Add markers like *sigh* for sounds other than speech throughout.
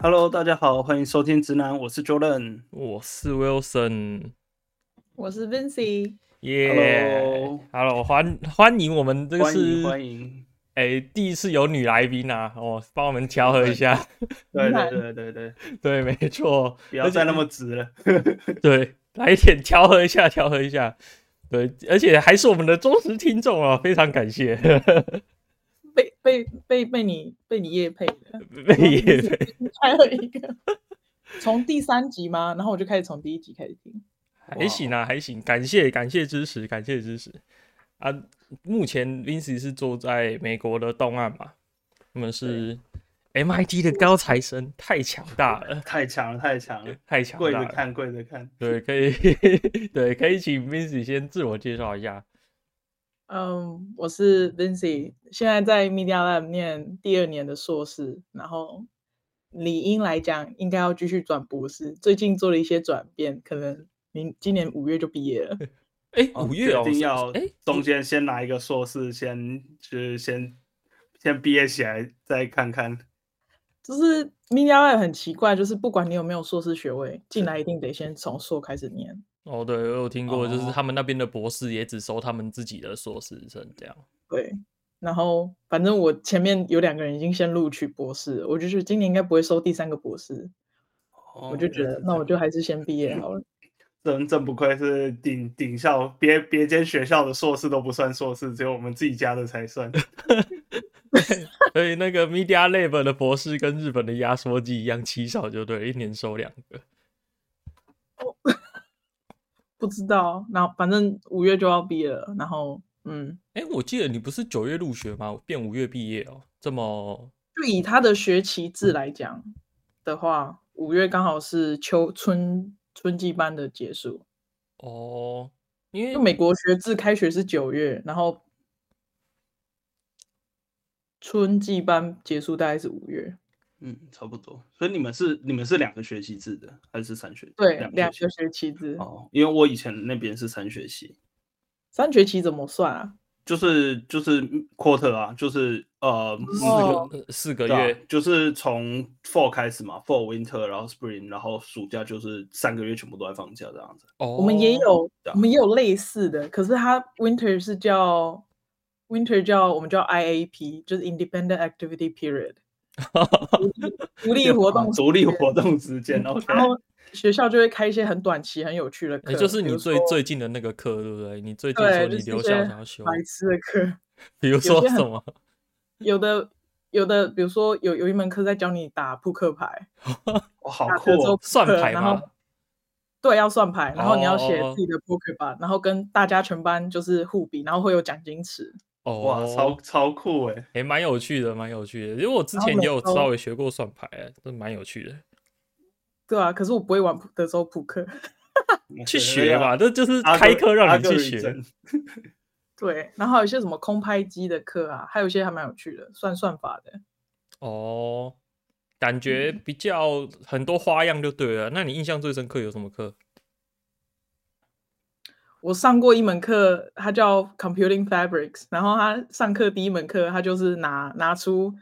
Hello，大家好，欢迎收听直男，我是 Jordan。我是 Wilson，我是 Vincy，耶 Hello ，Hello，欢欢迎我们这个欢是迎欢迎，哎第一次有女来宾啊，哦，帮我们调和一下，对对男对对对， *laughs* 对，没错，不要再那么直了。对，来一点调和一下，调和一下，对，而且还是我们的忠实听众啊，非常 *laughs* 感谢，被被被被你被你夜配的，被 *laughs* 也被 *laughs* 还有一个从第三集吗？然后我就开始从第一集开始听，哎还行啊，还行，感谢感谢支持，感谢支持啊！目前 Vincy 是坐在美国的东岸嘛，我们是 MIT 的高材生，太强大了，太强了，太强了，哎太强跪大着了。看，跪着看。对，可以， *laughs* 对，可以请 Vincy 先自我介绍一下。嗯，我是 Vincy，现在在 Media Lab 念第二年的硕士，然后理应来讲应该要继续转博士，最近做了一些转变，可能明今年五月就毕业了。哎，五月决哦，定要哎，中间先拿一个硕士，先就是先先毕业起来，再看看。就是 Media Lab 很奇怪，就是不管你有没有硕士学位，进来一定得先从硕开始念。哦，对，我有听过，就是哦他们那边的博士也只收他们自己的硕士生这样。对，然后反正我前面有两个人已经先录取博士了，我就是今年应该不会收第三个博士，哦哦我就觉得那我就还是先毕业好了。真真不愧是顶顶校，别别间学校的硕士都不算硕士，只有我们自己家的才算。所以那个 Media Lab 的博士跟日本的压缩机一样，起少就对了，一年收两个。不知道，然后反正五月就要毕业了，然后嗯，哎，我记得你不是九月入学吗？变五月毕业哦，这么就以他的学期制来讲的话，五月刚好是秋春春季班的结束，哦，因为就美国学制开学是九月，然后春季班结束大概是五月。嗯，差不多。所以你们是你们是两个学期制的，还是三学？对，两两个学期制，哦，因为我以前那边是三学期，三学期怎么算啊？就是就是 quarter 啊，就是呃四四个、个哦呃四个对啊月，就是从 fall 开始嘛，fall winter，然后 spring，然后暑假就是三个月全部都在放假这样子。哦，我们也有，对啊我们也有类似的，可是它 winter 是叫 winter 叫我们叫 IAP，就是 Independent Activity *laughs* Period，独立活动时独立间嗯活动时间然后，OK，学校就会开一些很短期、很有趣的课，也哎就是比你如最说最近的那个课，对不对？你最近说对，你就是一留些校想要修，白痴的课，比如些说很什 *laughs* 么？有的有的，比如说有有一门课在教你打扑克牌，哇，好打酷德州哦！扑算克牌然后吗对，要算牌，然后你要写哦哦哦自己的扑克牌，然后跟大家全班就是互比，然后会有奖金池。哦，哇，超超酷哎！哎，蛮有趣的，蛮有趣的。因为我之然后前也每有周稍微学过算牌，都蛮有 *laughs* 趣的。对啊，可是我不会玩德州扑克。 *laughs* 去对学嘛，，这就是那个开课让你 algorithm- 去学。 algorithm 对，然后还有一些什么空拍机的课啊，还有一些还蛮有趣的，算算法的。哦，嗯感觉比较很多花样就对了。那你印象最深刻有什么课？我上过一门课，它叫 Computing Fabrics，然后他上课第一门课，他就是拿拿出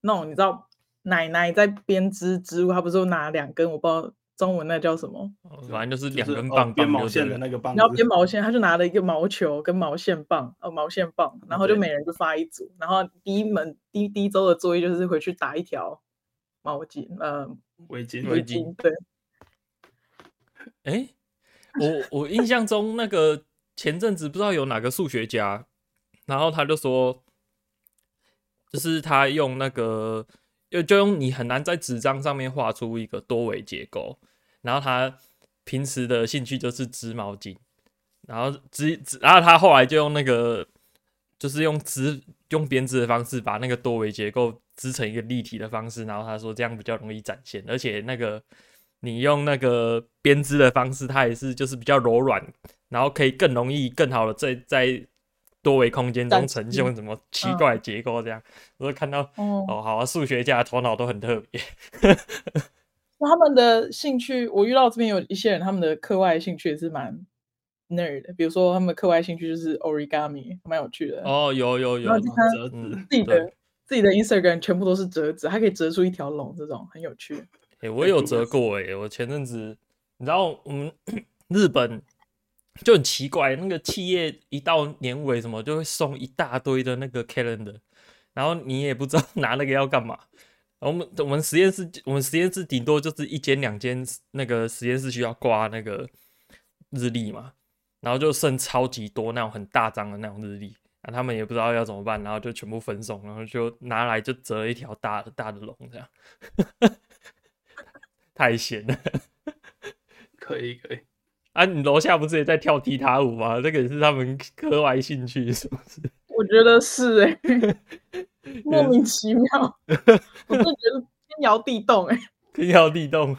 那种你知道奶奶在编织织物，他不是有拿两根，我不知道中文那叫什么，哦反正就是两就是根哦棒编棒毛就线对的了那个棒子，然后编毛线，他就拿了一个毛球跟毛线棒，呃，毛线棒，然后就对每人就发一组，然后第一门第一第一周的作业就是回去打一条毛巾，呃，围巾，围围巾巾，对， *laughs* 哎，我我印象中那个前阵子不知道有哪个数学家，然后他就说，就是他用那个，就就用你很难在纸张上面画出一个多维结构，然后他平时的兴趣就是织毛巾，然后织织，然后他后来就用那个，就是用织用编织的方式把那个多维结构织成一个立体的方式，然后他说这样比较容易展现，而且那个你用那个编织的方式，它也是就是比较柔软，然后可以更容易更好的在在多维空间中展呈现现什么奇怪的结构这样。我就看到哦哦，好啊，数学家的头脑都很特别。那他们的兴趣，我遇到这边有一些人，他们的课外兴趣也是蛮 nerd 的，比如说他们的课外兴趣就是 origami，蛮有趣的。哦，有有有然后，就看折纸嗯，自己对的自己的 Instagram 全部都是折纸，还可以折出一条龙，这种很有趣。欸我也有折过哎、我前阵子你知道我们 *coughs* 日本就很奇怪，那个企业一到年尾什么就会送一大堆的那个 calendar，然后你也不知道 *laughs* 拿那个要干嘛。我们我们实验室我们实验室顶多就是一间两间那个实验室需要挂那个日历嘛，然后就剩超级多那种很大张的那种日历，那、他们也不知道要怎么办，然后就全部分送，然后就拿来就折一条大大的龙这样。太闲了可以可以，啊！你楼下不是也在跳踢踏舞吗？这个也是他们课外兴趣，是不是？ *laughs* 我觉得是哎、 *laughs* 莫名其妙，我真的觉得天摇地动哎、天摇地动，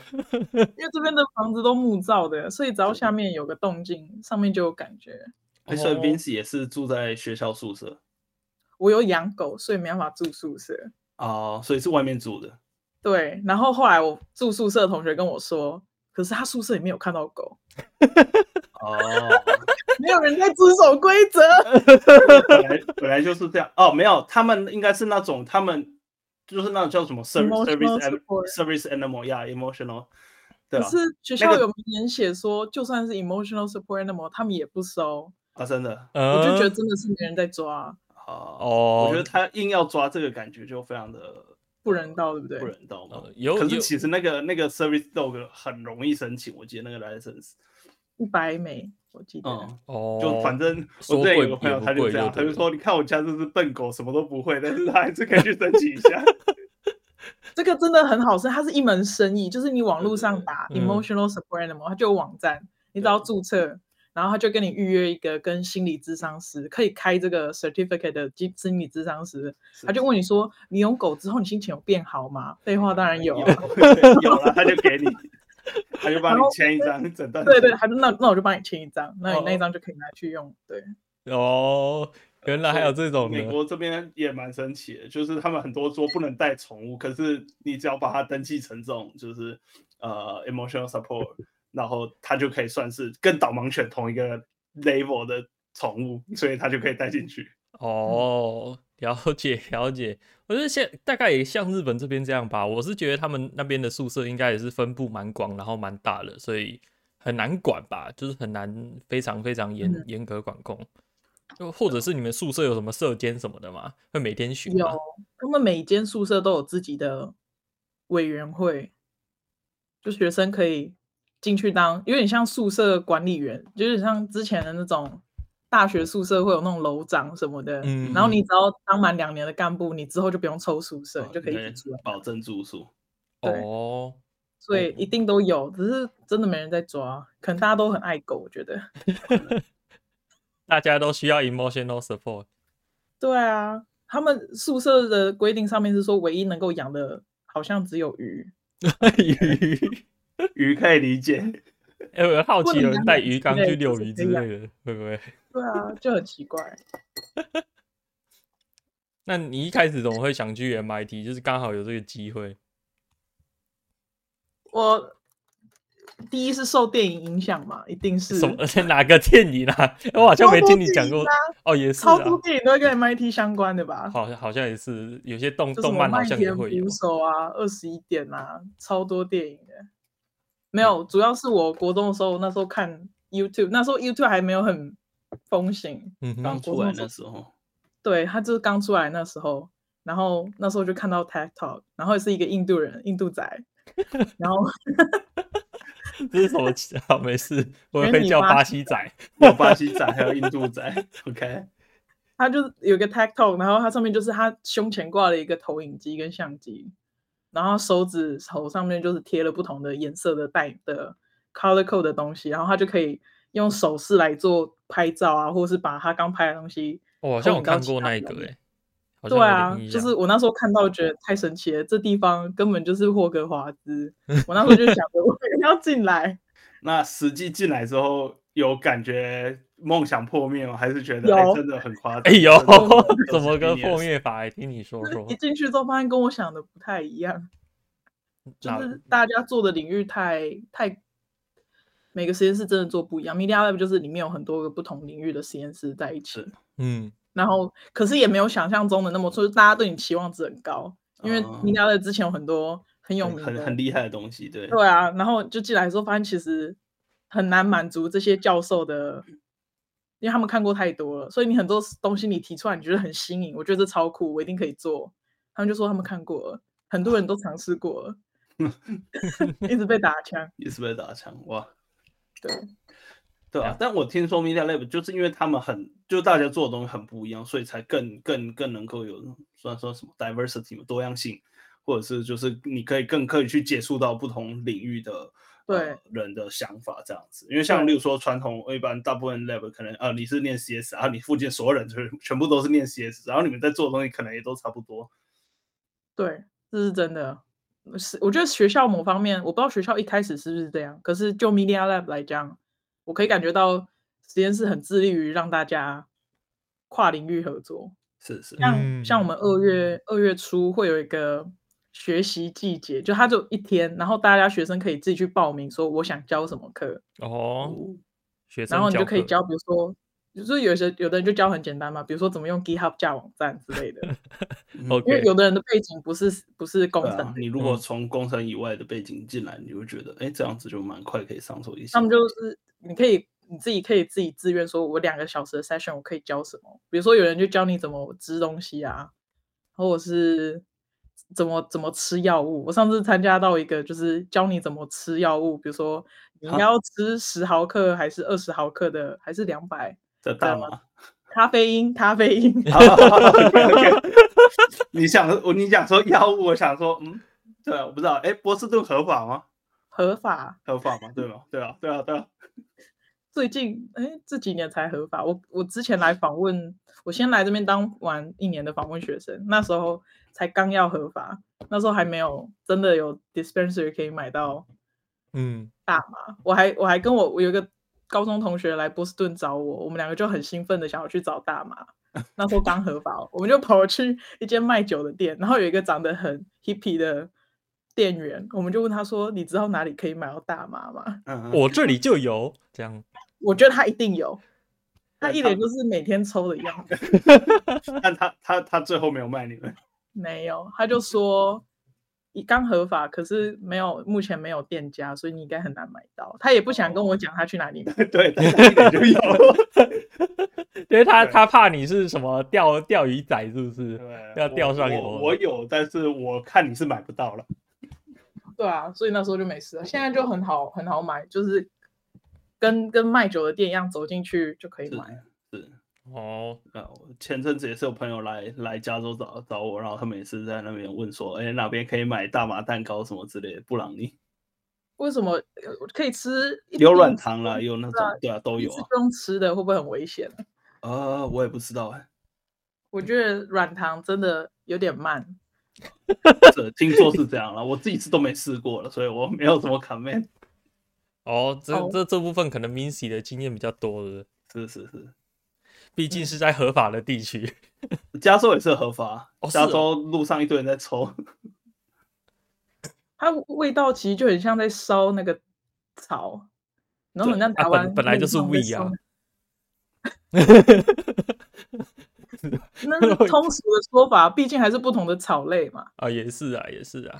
因为这边的房子都木造的，所以只要下面有个动静，上面就有感觉。哎所以哦 Vince 也是住在学校宿舍我有养狗，所以没办法住宿舍。哦，所以是外面住的。对，然后后来我住宿舍的同学跟我说，可是他宿舍里面有看到狗，哦，没有人在遵守规则。啊本来本来就是这样哦，没有，他们应该是那种他们就是那种叫什么 service Emotional service an- support service animal 呀、yeah, emotional，对啊可吧？是学那校个有明言写说，就算是 emotional support animal，他们也不收。啊，真的我就觉得嗯真的是没人在抓，哦，哦，我觉得他硬要抓这个感觉就非常的不人道，对不对？不人道嘛。呃有可有是其实那个那个 service dog 很容易申请，我记得那个 license，一百美，我记得。嗯，哦，就反正说我之前贵有个朋友也不他就贵这就样，他对就了说：“你看我家这只笨狗，什么都不会，但是他还是可以去申请一 *laughs* 下。这个真的很好生，它是一门生意，就是你网对络对上对打嗯 emotional support animal，、它就有网站，你只要对注册，然后它就跟你预约一个跟心理咨商师，可以开这个 certificate 的心心理咨商师，”他就问你说，你养狗之后你心情有变好吗？废话当然有有 *laughs* 啊，有了，他就给 *laughs* 你，他就帮你然后签一张诊断。 *laughs* 对对，，还是那那我就帮你签一张，那你那一哦张就可以拿去用，对，哦，原来还有这种美的，国这边也蛮神奇的，就是他们很多说不能带宠物，可是你只要把它登记成这种，就是呃 emotional support，然后它就可以算是跟导盲犬同一个 level 的宠物，所以它就可以带进去。哦， *laughs* 了解了解。我觉得现大概也像日本这边这样吧。我是觉得他们那边的宿舍应该也是分布蛮广，然后蛮大的，所以很难管吧，就是很难非常非常严嗯严格管控。就或者是你们宿舍有什么舍监什么的吗？会每天巡有吗？，他们每间宿舍都有自己的委员会，就学生可以进去当，有点像宿舍管理员，有点像之前的那种大学宿舍会有那种楼长什么的，然后嗯你只要当满两年的干部，你之后就不用抽宿舍，你就可以一对直住在那。哦保证住宿。对哦，所以一定都有，只是真的没人在抓，可能大家都很爱狗，我觉得。大家都需要 emotional *laughs* support。 *laughs* 对啊，他们宿舍的规定上面是说，唯一能够养的好像只有鱼，哎鱼，鱼可以理解，哎、我好不奇能有人养带两鱼只缸类去遛就是鱼可之以类养的，会不会？对啊， *laughs* 就很奇怪。那你一开始怎么会想去 MIT？就是刚好有这个机会。我第一是受电影影响嘛，一定是什么？ *laughs* 哪个电影啊？我好像超没多听你电讲影过啊。哦，也是啊超，多电影都会跟 MIT 相关的吧？好，好像也是有些动就什动么漫好麦像也田会有捕。手啊、二十一点啊，超多电影的。嗯没有，主要是我国中的时候，那时候看 YouTube，那时候 YouTube 还没有很风行，嗯哼，刚出来那时 *laughs* 候，对，他就是刚出来那时候，然后那时候就看到 TED Talk，然后也是一个印度人，印度 *laughs* 仔，然后这是什么奇？ *laughs* 好，没事，我跟会你叫巴巴西西仔。有巴西仔，还有印度仔。OK，他就是有一个 tag t o k 然后他上面就是他胸前挂了一个投影机跟相机，然后手指头上面就是贴了不同的颜色的带的 color code 的东西，然后他就可以用手势来做拍照啊，或者是把他刚拍的东西。哦，好像我投影到看其过他那一比较个厉哎、好像对有啊点印，就象是我那时候看到觉得太神奇了，这地方根本就是霍格华 *laughs* 兹。我那时候就想着 *laughs* 我也要进来，那实际进来之后，有感觉梦想破灭吗？还是觉得哎、有真的很夸张？哎呦真的都是，怎么个 genius 破？灭法、欸？听你说就是说一，进去之后发现跟我想的不太一样。就那是大家做的领域太太，每个实验室真的做不一样。Media Lab 就是里面有很多个不同领域的实验室在一起是，嗯，然后可是也没有想象中的那么，就是大家对你期望值很高，因为哦 Media Lab 之前有很多很有很名的，很很厉害的东西，对对啊，然后就进来的时候发现其实很难满足这些教授的，因为他们看过太多了，所以你很多 s- 东西你提出来你觉得很新颖，我觉得这超酷，我一定可以做。他们就说他们看过了，很多人都尝试过了，一直被打枪。也是被打枪哇。对，对啊，但我听说 Media Lab 就是因为他们很，就大家做的东西很不一样，所以才更更更能够有，虽然说什么 diversity 嘛，多样性，或者是就是你可以更可以去接触到不同领域的呃对人的想法这样子。因为像例如说传统一般大部分 lab 可能啊你是念 CS，然后你附近所有人就是全部都是念 CS，然后你们在做的东西可能也都差不多。对，这是真的。是，我觉得学校某方面，我不知道学校一开始是不是这样，可是就 Media Lab 来讲，我可以感觉到实验室很致力于让大家跨领域合作。是是，像像我嗯们二月二月初会有一个学习季节，就它就一天，然后大家学生可以自己去报名，说我想教什么课，嗯哦，学生然后你就可以课教，比如说，就是有些有的人就教很简单嘛，比如说怎么用 GitHub 架网站之 *laughs* 类的，嗯因为 OK，有的人的背景不是不是工对程啊，的，你如果嗯从工程以外的背景进来，你会觉得，哎，这样子就蛮快可以上手一些。他们就是你可以你自己可以自己自愿说，我两个小时的 session 我可以教什么？比如说有人就教你怎么织东西啊，或者是怎么怎么吃药物。我上次参加到一个就是教你怎么吃药物，比如说你应哈该要吃十毫克还是二十毫克的，还是两百在大 *laughs* 马。。咖啡因，咖啡因 OK，OK *laughs* 你想我你想说药物，我想说嗯，对啊，我不知道，哎，波士顿合法吗？合法，合法吗？对吗？对啊，对啊，对啊，最近哎这几年才合法。我我之前来访问，我先来这边当完一年的访问学生，那时候才刚要合法，那时候还没有真的有 dispensary 可以买到。嗯，我还我还跟我我有一个高中同学来波士顿找我，我们两个就很兴奋的想要去找大麻。那时候刚合法哦，我们就跑去一间卖酒的店，然后有一个长得很 hippie 的店员，我们就问他说：“你知道哪里可以买到大麻吗？”嗯，我这里就有这样，我觉得他一定有，他对一他脸就是每天抽的样子。但他他他最后没有卖你们，没有，他就说一刚合法，可是没有，目前没有店家，所以你应该很难买到。他也不想哦跟我讲他去哪里买。 *laughs* 对，但是一点就有， *laughs* 因为他对他怕你是什么钓钓鱼仔是不 *laughs* 是？对啊要钓上我瘾哦我我有，但是我看你是买不到了。对啊，所以那时候就没事了。现在就很好，很好买，就是跟跟卖酒的店一样，走进去就可以是买。是，哦，啊，我前阵子也是有朋友来来加州找找我，然后他们也是在那边问说，哎，哪边可以买大麻蛋糕什么之类的，布朗尼、为什么呃可以吃？有软糖啦，，有那对啊种，对啊，都一有次啊。不用吃的会不会很危险？呃，我也不知道哎、我觉得软糖真的有点慢。是听说是这样了，我自己是都没试过了，所以我没有什么 comment。哦，这哦这这部分可能 Mincy 的经验比较多的，是是是，毕嗯竟是在合法的地区。加州也是合法，哦是加哦州路上一堆人在抽，它味道其实就很像在烧那个草，然后很对像啊台湾、本本来就是味 weed 啊。 *laughs* 那是通俗的说法，毕竟还是不同的草类嘛。啊，也是啊，也是啊。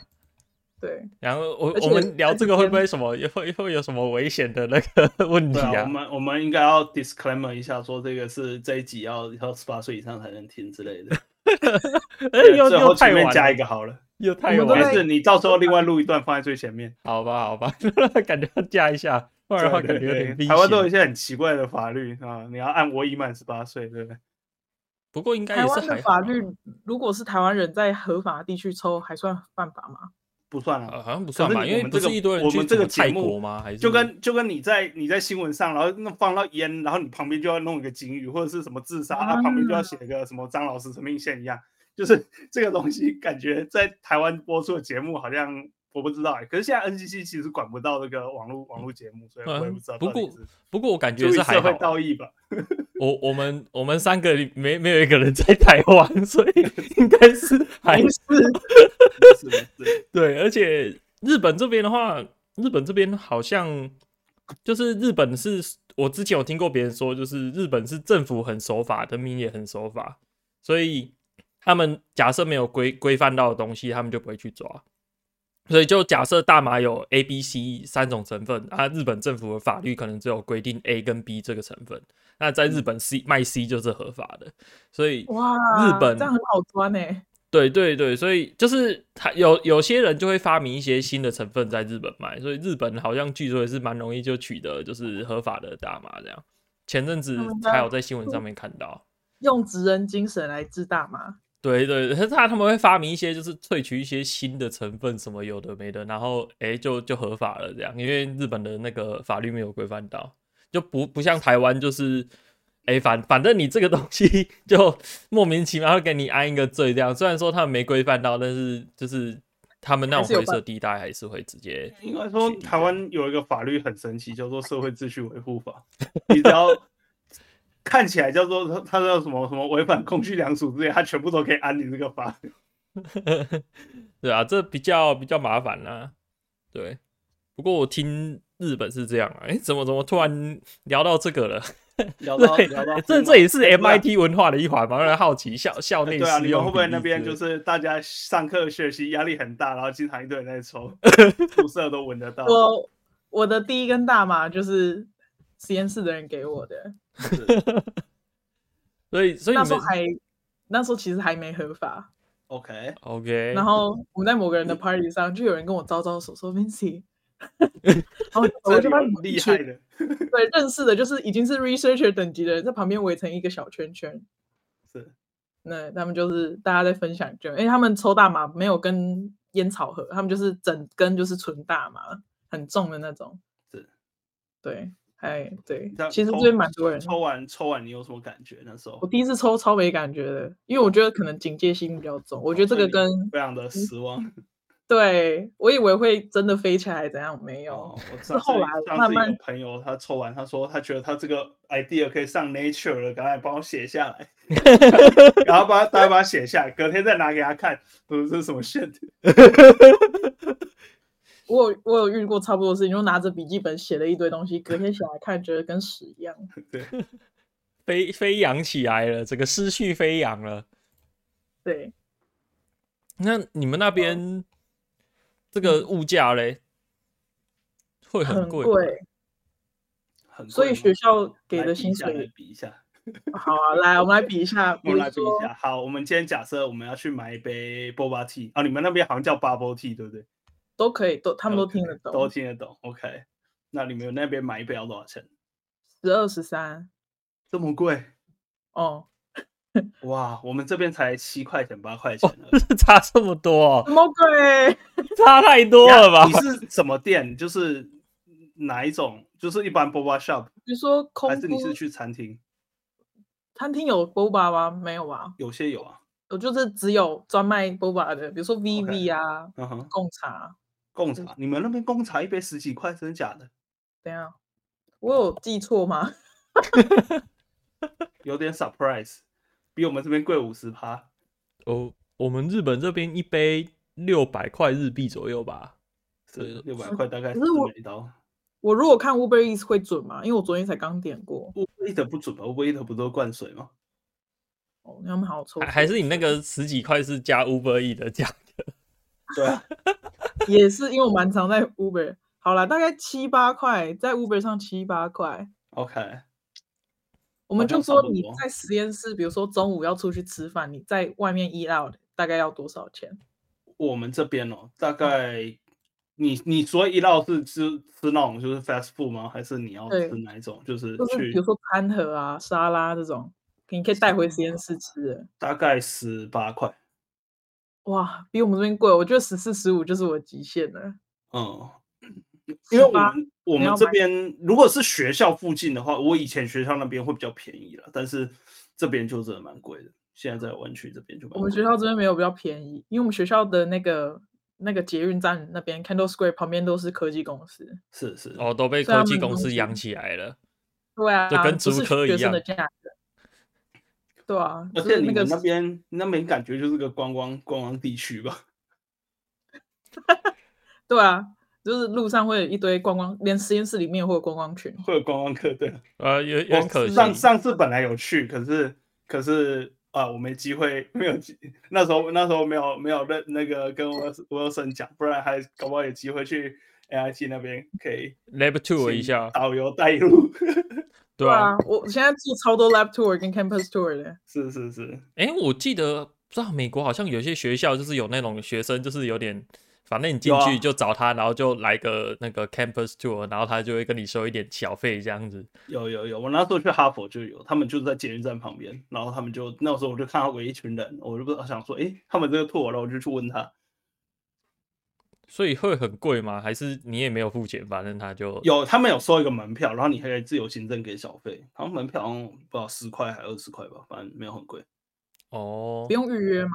对，然后我而且我们聊这个会不而会什么会会有什么危险的那个问题对啊，我啊？们我们应该要 disclaimer 一下，说这个是这一集要要十八岁以上才能听之 *laughs* 类的。哎，对又最后又前太晚面了，加一个好了，又太我们都晚没在了，事，你到时候另外录一段放在最前面。好吧好吧， *laughs* 感觉要加一下，不 *laughs* 然的话对感对觉有点对，危台湾都有一险。些很奇怪的法律啊，你要按我已满十八岁，对不对？不过应该台也是湾的还法好律，如果是台湾人在合法地区抽，还算犯法吗？不算啊，啊，好像不可算是吧，你因我为们不这是个一堆人我去们这什么个节泰目国吗？还是就跟就跟你在你在新闻上，然后那放到烟，然后你旁边就要弄一个警语或者是什么自杀，啊、旁边就要写个什么张老师生命线一样，就是 *laughs* 这个东西感觉在台湾播出的节目好像我不知道、欸，可是现在 NCC 其实管不到那个网络网络节目，所以我也嗯不知道不到底过是。不过我感觉注意是还社好会啊。道义吧，我我们我们三个里没没有一个人在台湾，所以 *laughs* 应该是 *laughs* 还不是，是不是？对，而且日本这边的话，日本这边好像就是日本是我之前有听过别人说，就是日本是政府很守法，人民也很守法，所以他们假设没有规规范到的东西，他们就不会去抓。所以就假设大麻有 A、B、C 三种成分，啊，日本政府的法律可能只有规定 A 跟 B 这个成分，那在日本 C 卖 C 就是合法的，所以嗯哇，日本这样很好钻哎、对对对，所以就是他有有些人就会发明一些新的成分在日本卖，所以日本好像据说也是蛮容易就取得就是合法的大麻这样。前阵子他们在还有在新闻上面看到，用职人精神来治大麻，对对，可是他他们会发明一些就是萃取一些新的成分什么有的没的，然后诶就就合法了这样，因为日本的那个法律没有规范到，就不不像台湾就是。诶反反正你这个东西 *laughs* 就莫名其妙会给你安一个罪，这样虽然说他们没规范到，但是就是他们那还种是有灰色办地带还是会直接 *laughs* 应该说去台湾有一个法律很神奇，叫做《社会秩序维护法》，你 *laughs* 只要看起来叫做他他叫什么什么违反公序良俗之类，他全部都可以安你这个法。对啊，这比较比较麻烦啦、对，不过我听日本是这样啊，哎，怎么怎么突然聊到这个了？聊到对聊到，这这也是对啊 MIT 文化的一环嘛，让人好奇 *laughs* 校校内对啊，适你们用会不会比那例边之就类是大家上课学习压力很大，然后经常一堆人在 *laughs* 抽，宿舍都闻得啊到。我我的第一根大麻就是实验室的人给我的，所以所以那你时候们还那时候其实还没合法， OK， OK，然后我们在某个人的 party 上，就有人跟我招招手 *laughs* 说 Vincy，然后我这我里就发有现厉一害群的，对认识的，就是已经是 researcher 等级的人，在旁边围成一个小圈圈。是那他们就是大家在分享就，因为他们抽大麻没有跟烟草合，他们就是整根就是纯大麻，很重的那种。是，对，哎，对这，样其实这抽边蛮多人。抽完抽完你有什么感觉？那时候我第一次抽超没感觉的，因为我觉得可能警戒心比较重。我觉得这所以个你跟非常的失望。对我以为会真的飞起来怎样，没有。哦，我上次后有来上慢次有慢朋友他抽完，他说他觉得他这个 idea 可以上 Nature 了，赶快帮我写下 *laughs* 来，然后把他大家把它写下来，隔天再拿给他看，嗯，这是什么 shit？ *laughs* 我有我有遇过差不多的事情，就拿着笔记本写了一堆东西，隔天起来看，觉得跟屎一样。对，飞飞扬起来了，整个思绪飞扬了。对，那你们嗯那边这个物价嘞，会很贵吗？贵。很贵所以吗学校给来的比一薪下水来比一下，好啊，来，我们来比一下，比我们如来比说一，下。好，我们今天假设我们要去买一杯 boba tea 啊，你们那边好像叫 bubble tea 对不对？都可以，都他们都 OK，听得都懂。听得懂。OK，那你们那边买一杯要多少钱？十二十三，这么贵？哦，哇，我们这边才七块钱八块哦钱而已。 *laughs* 差这么多哦、什么鬼？ *laughs* 差太多了吧你？是什么店？就是哪一种？就是一般 boba shop，比如说空还是你是腹去餐厅？餐厅有 boba 吗？没有吧？有些有啊，我就是只有专卖 boba 的，比如说 VV 啊、嗯哼，贡茶。贡嗯茶，你们那边贡茶一杯十几块，真的假的？等一下，我有记错吗？ *laughs* 有点 surprise，比我们这边贵五十趴。哦，我们日本这边一杯六百块日币左右吧。是对六百块，大概可是是我美刀。我如果看 Uber Eats 会准吗？因为我昨天才刚点过。乌龟的不准吧？乌龟的不都灌水 *laughs* 吗？哦，他们好抽还水还是你那个十几块是加 Uber E 的价？对啊，也是因为我蛮常在 Uber，好了，大概七八块，在 Uber 上七八块。 OK，好我们像就差说不你多在实验室，比如说中午要出去吃饭，你在外面 eat out 大概要多少钱？我们这边哦，大概你你所以一道是吃吃那种就是 fast food 吗？还是你要对吃哪一种？就是就是比去如说餐盒啊、沙拉这种，你可以带回实验室吃的。大概十八块，哇，比我们这边贵，我觉得十四十五就是我极限了。嗯，因为我18们我你们要这买边如果是学校附近的话，我以前学校那边会比较便宜了，但是这边就真的蛮贵的。现在在湾区这边就蛮我们学贵校这边没有比较便宜，因为我们学校的那个那个捷运站那边 Candle Square 旁边都是科技公司。是是哦，都被虽然科技蛮公东司西养起来了。对啊，就跟不竹是科一学生的样价格。对啊，而就且是你那个们那是边那边感觉就是个观光观光地区吧？ *laughs* 对啊，就是路上会有一堆观光，连实验室里面会有观光群。会有观光客对啊。呃，有有我点可惜。上上次本来有去，可是可是啊，我没机会，没有机，那时候那时候没有没有认那个跟 Wil- Wilson 讲，不然还搞不好有机会去 AIT 那边可以 Lab Two 一下请，导游带路。 *laughs* 对啊，，我现在做超多 lab tour 跟 campus tour 的，是是是，哎、我记得不知道美国好像有些学校就是有那种学生，就是有点，反正你进有啊去就找他，然后就来个那个 campus tour，然后他就会跟你收一点小费这样子。有有有，我那时候去哈佛就有，他们就在捷运站旁边，然后他们就那时候我就看到有一群人，我就不知道想说，诶，他们这个 tour，然后我就去问他，所以会很贵吗？还是你也没有付钱？反正他就有他们有收一个门票，然后你还可以自由行政给小费，好像门票好像不知道十块还二十块吧，反正没有很贵。哦不，用预约吗？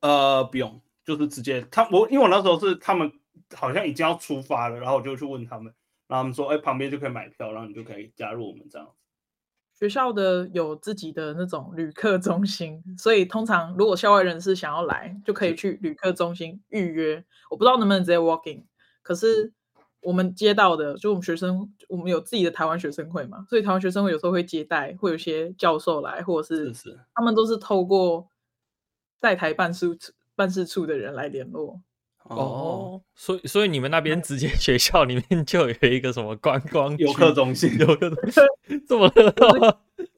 呃，不用，就是直接他我，因为我那时候是他们好像已经要出发了，然后我就去问他们，然后他们说，哎、旁边就可以买票，然后你就可以加入我们这样。学校的有自己的那种旅客中心，所以通常如果校外人士想要来，就可以去旅客中心预约。我不知道能不能直接 walk in，可是我们接到的，就我们学生，我们有自己的台湾学生会嘛，所以台湾学生会有时候会接待，会有一些教授来，或者是是是，他们都是透过在台办事处办事处的人来联络。哦，，所以所以你们那边直接 *laughs* 学校里面就有一个什么观光游客区中 *laughs* 心哦游客中心这么 *laughs*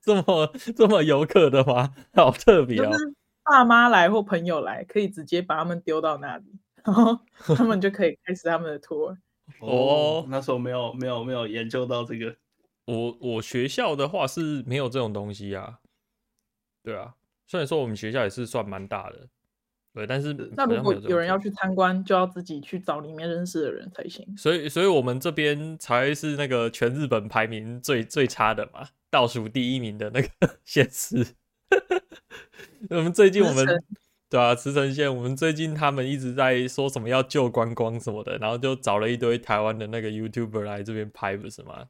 这么这么游客的吗？好特别就哦！是爸妈来或朋友来，可以直接把他们丢到那里，*laughs* 然后他们就可以开始他们的 tour。哦哦，那时候没有没有没有研究到这个，我我学校的话是没有这种东西啊，对啊，虽然说我们学校也是算蛮大的，对，但是呃那好如像果没有这有种人要东西，去参观，就要自己去找里面认识的人才行。所以所以我们这边才是那个全日本排名最最差的嘛，倒数第一名的那个 *laughs* 县市。我们最近我们茨城对啊，茨城县，我们最近他们一直在说什么要救观光什么的，然后就找了一堆台湾的那个 YouTuber 来这边拍，不是吗？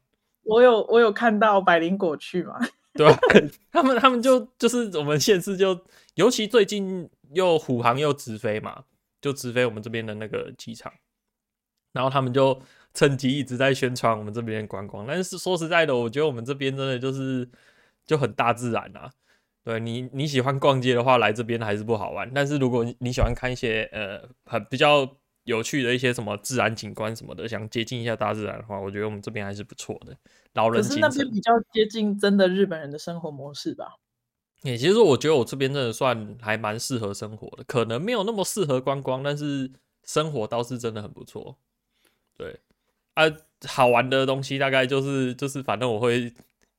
我有我有看到百灵果去嘛，对吧？ *laughs* 他们他们就就是我们县市就，尤其最近又虎航又直飞嘛，就直飞我们这边的那个机场，然后他们就趁机一直在宣传我们这边的观光。但是说实在的，我觉得我们这边真的就是就很大自然啊。对你你喜欢逛街的话，来这边还是不好玩。但是如果你喜欢看一些呃很比较有趣的一些什么自然景观什么的，想接近一下大自然的话，我觉得我们这边还是不错的。老可人是精那神边。比较接近真的日本人的生活模式吧。也、其实我觉得我这边真的算还蛮适合生活的，可能没有那么适合观光，但是生活倒是真的很不错。对，啊，好玩的东西大概就是就是，反正我会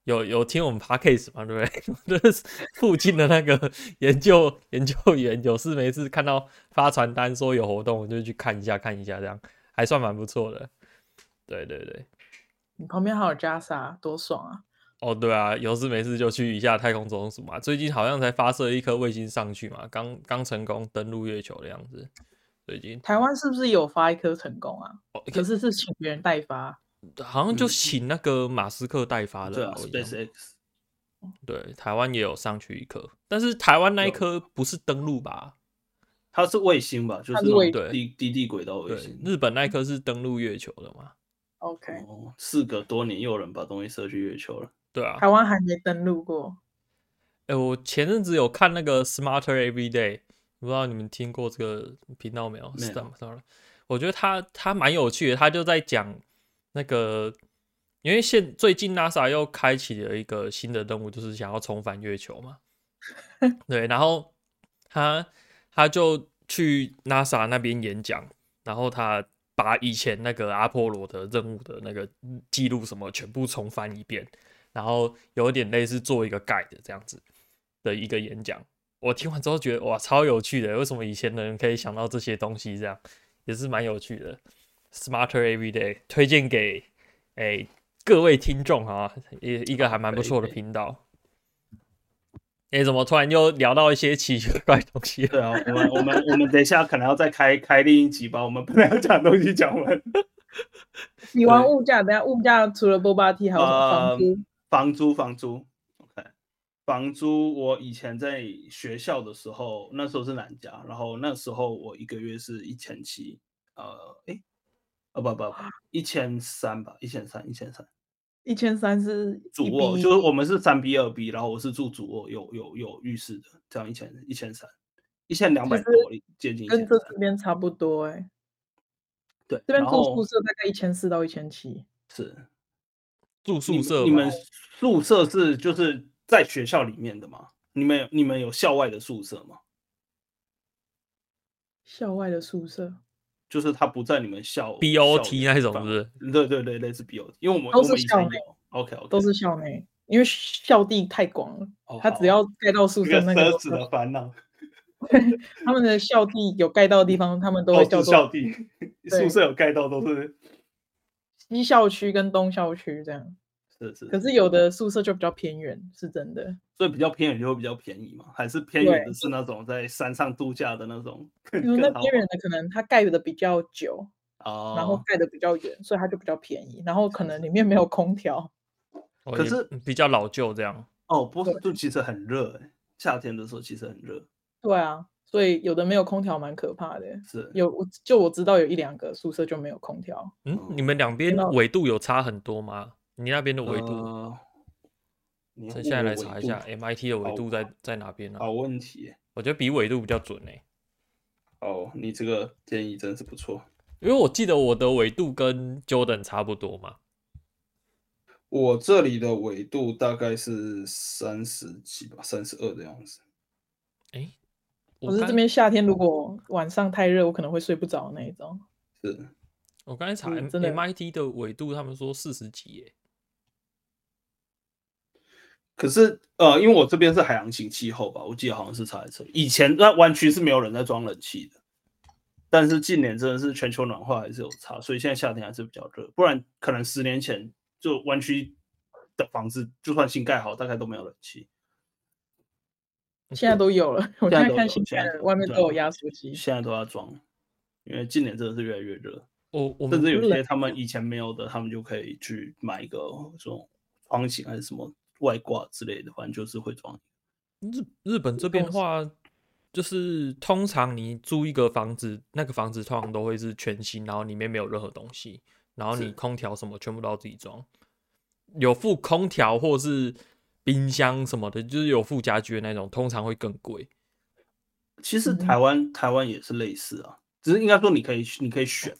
有有听我们 podcast 嘛，对不对？ *laughs* 就是附近的那个研究研究员有事没事看到发传单说有活动，我就去看一下看一下，这样还算蛮不错的。对对对，你旁边还有加沙，多爽啊！哦，对啊，有事没事就去一下太空总署嘛。最近好像才发射一颗卫星上去嘛，刚刚成功登陆月球的样子。最近台湾是不是有发一颗成功啊？哦可是是请别人代发，好像就嗯请那个马斯克代发对的啊吧，我印象，SpaceX 对，台湾也有上去一颗，但是台湾那一有颗不是登陆吧？它是卫星吧，就是它是那种卫对低低地轨道卫对星，。日本那一颗是登陆月球的嘛？ OK，哦，事隔多年又有人把东西射去月球了，对啊，台湾还没登陆过。哎、我前阵子有看那个 Smarter Every Day，不知道你们听过这个频道没有没有 s m a 我觉得他他蛮有趣的，他就在讲那个，因为现最近 NASA 又开启了一个新的任务，就是想要重返月 *laughs* 球嘛。对，然后他他就去 NASA 那边演讲，然后他把以前那个阿波罗的任务的那个记录什么全部重翻一遍，然后有点类似做一个 guide 这样子的一个演讲。我听完之后觉得哇，超有趣的！为什么以前的人可以想到这些东西？这样也是蛮有趣的。Smarter Every Day 推荐给哎、各位听众啊，一一个还蛮不错的频道。哎、怎么突然又聊到一些奇奇怪怪的东西？对啊，我们我们我们等一下可能要再开开另一集吧，我们本来要讲的东西讲完，你完对物价，等下物价除了 Boba T 还有什么房呃租？，房租，房租，OK，房租。我以前在学校的时候，那时候是南加，然后那时候我一个月是一千七，呃，诶，啊不不不，一千三吧，一千三，一千三，一千三是主一比卧，一就是我们是三 B 二 B，然后我是住主卧，有有有浴室的，这样一千一千三，一千两百其实多，接近一跟千这三。这边差不多哎、对，这边然住后宿舍大概一千四到一千七，是住你宿们舍你吧们宿舍是就是在学校里面的吗？你们有你们有校外的宿舍吗？校外的宿舍就是它不在你们校 BOT 校园那种范是不是？围对对对，类似 BOT，因为我们都我是们以前校内有 OK OK，都是校内，因为校地太广了，哦他好只要盖到宿这舍个那个奢都侈是，的烦恼，他们的校地有盖到的地方，他们都都会叫哦是做校 *laughs* 地，宿对舍有盖到都是西校区跟东校区这样。是是，可是有的宿舍就比较偏远，是真的。所以比较偏远就会比较便宜嘛，还是偏对远的是那种在山上度假的那种更比如那更好边远的可能它盖的比较久，哦。然后盖的比较远，所以它就比较便宜，然后可能里面没有空调。哦可也是比较老旧这样。哦，波士顿其实很热、欸，夏天的时候其实很热，对啊，所以有的没有空调蛮可怕的。欸是有我就我知道有一两个宿舍就没有空调，嗯，你们两边到纬度有差很多吗？你那边的纬度，呃你要再问下我来纬查一度下 MIT 的纬好度在在哪边呢？好问题欸、我觉得比纬度比较准诶、哦，你这个建议真是不错。因为我记得我的纬度跟 Jordan 差不多嘛。我这里的纬度大概是三十几吧，三十二的样子。诶、我我是刚这边夏天如果晚上太热，我可能会睡不着那一种。是我刚才查嗯 M、真的 MIT 的纬度，他们说四十几耶、可是呃，因为我这边是海洋型气候吧，我记得好像是查一次。以前那湾区是没有人在装冷气的，但是近年真的是全球暖化还是有差，所以现在夏天还是比较热。不然可能十年前就湾区的房子就算新盖好，大概都没有冷气。现在都有了， *laughs* 我现在现都在有看新现在盖都的有外面对都有啊压缩机。现在都要装，因为近年真的是越来越热。我我甚们至有冷些他们以前没有的，他们就可以去买一个这种窗型还是什么外挂之类的，反正就是会装。日日本这边的东西话，就是通常你租一个房子，那个房子通常都会是全新，然后里面没有任何东西，然后是你空调什么全部都要自己装，有附空调或是冰箱什么的，就是有附家具的那种，通常会更贵。其实嗯台湾、台湾也是类似啊，只是应该说你可以你可以选，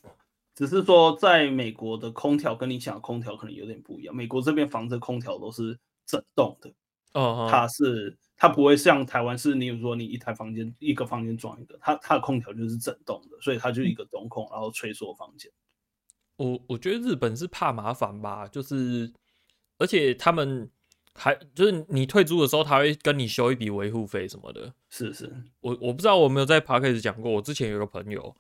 只是说在美国的空调跟你想的空调可能有点不一样。美国这边房子空调都是整栋的，哦、它是它不会像台湾是，你比如说你一台房间一个房间装一个，它它的空调就是整栋的，所以它就是一个中控，然后吹所有房间。我我觉得日本是怕麻烦吧，就是而且他们还就是你退租的时候，他会跟你修一笔维护费什么的。是 *laughs* 是，我我不知道我有没有在 p a r k a s 讲过，我之前有个朋友，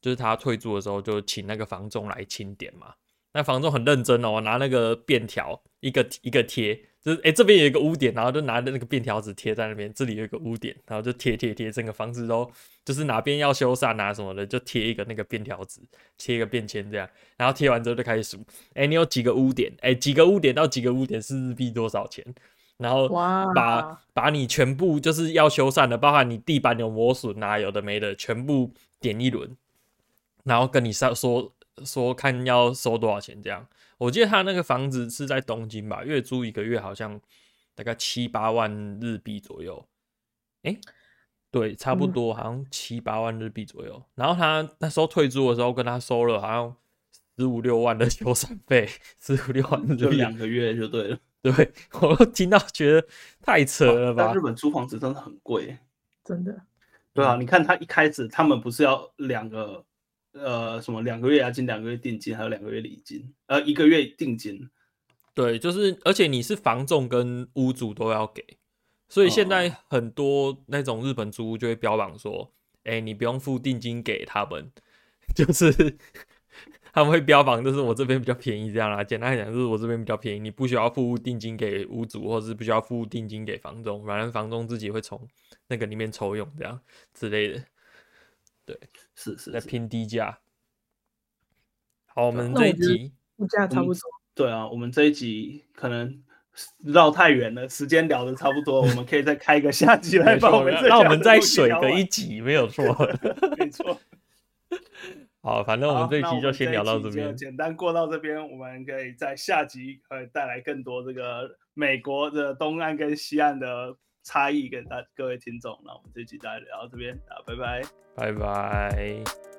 就是他退租的时候就请那个房仲来清点嘛，那房仲很认真哦，拿那个便条一个一个贴，就是诶这边有一个污点，然后就拿着那个便条纸贴在那边，这里有一个污点，然后就贴贴贴，整个房子都就是哪边要修缮啊什么的，就贴一个那个便条纸，贴一个便签这样，然后贴完之后就开始数，诶你有几个污点？诶几个污点到几个污点是日币多少钱？然后哇把把你全部就是要修缮的，包含你地板有磨损啊，有的没的，全部点一轮，然后跟你上说说看要收多少钱这样。我记得他那个房子是在东京吧，月租一个月好像大概七八万日币左右，诶，对，差不嗯多好像七八万日币左右。然后他那时候退租的时候跟他收了好像十五六万的修缮费，十五六万日就币啊两个月就对了。对我都听到觉得太扯了吧但日？本租房子真的很贵，真的，对嗯啊，你看他一开始他们不是要两个呃什么两个月押金、两个月定金，还有两个月礼金，呃一个月定金，对，就是而且你是房仲跟屋主都要给，所以嗯现在很多那种日本租屋就会标榜说，哎、你不用付定金给他们， *laughs* 就是 *laughs* 他们会标榜就是我这边比较便宜这样啦。简单来讲就是我这边比较便宜，你不需要付定金给屋主，或是不需要付定金给房东，反正房东自己会从那个里面抽佣这样之类的，是是在是，拼低价。好，我们那这我啊一觉得集。物价差嗯不多。对啊，我们这一集可能绕太远了，时间聊的差不多，我们可以再开一个下集来没把错我们这让我下们的再东西水聊个完一，集，没有错。没错，好，反正 *laughs* 我们好这一那期我就们先一聊到期这就边。简单过到这边，我们可以在下集呃带来更多这个美国的东岸跟西岸的差异给大各位听众。那我们这期大家聊到这边，啊，拜拜。拜拜。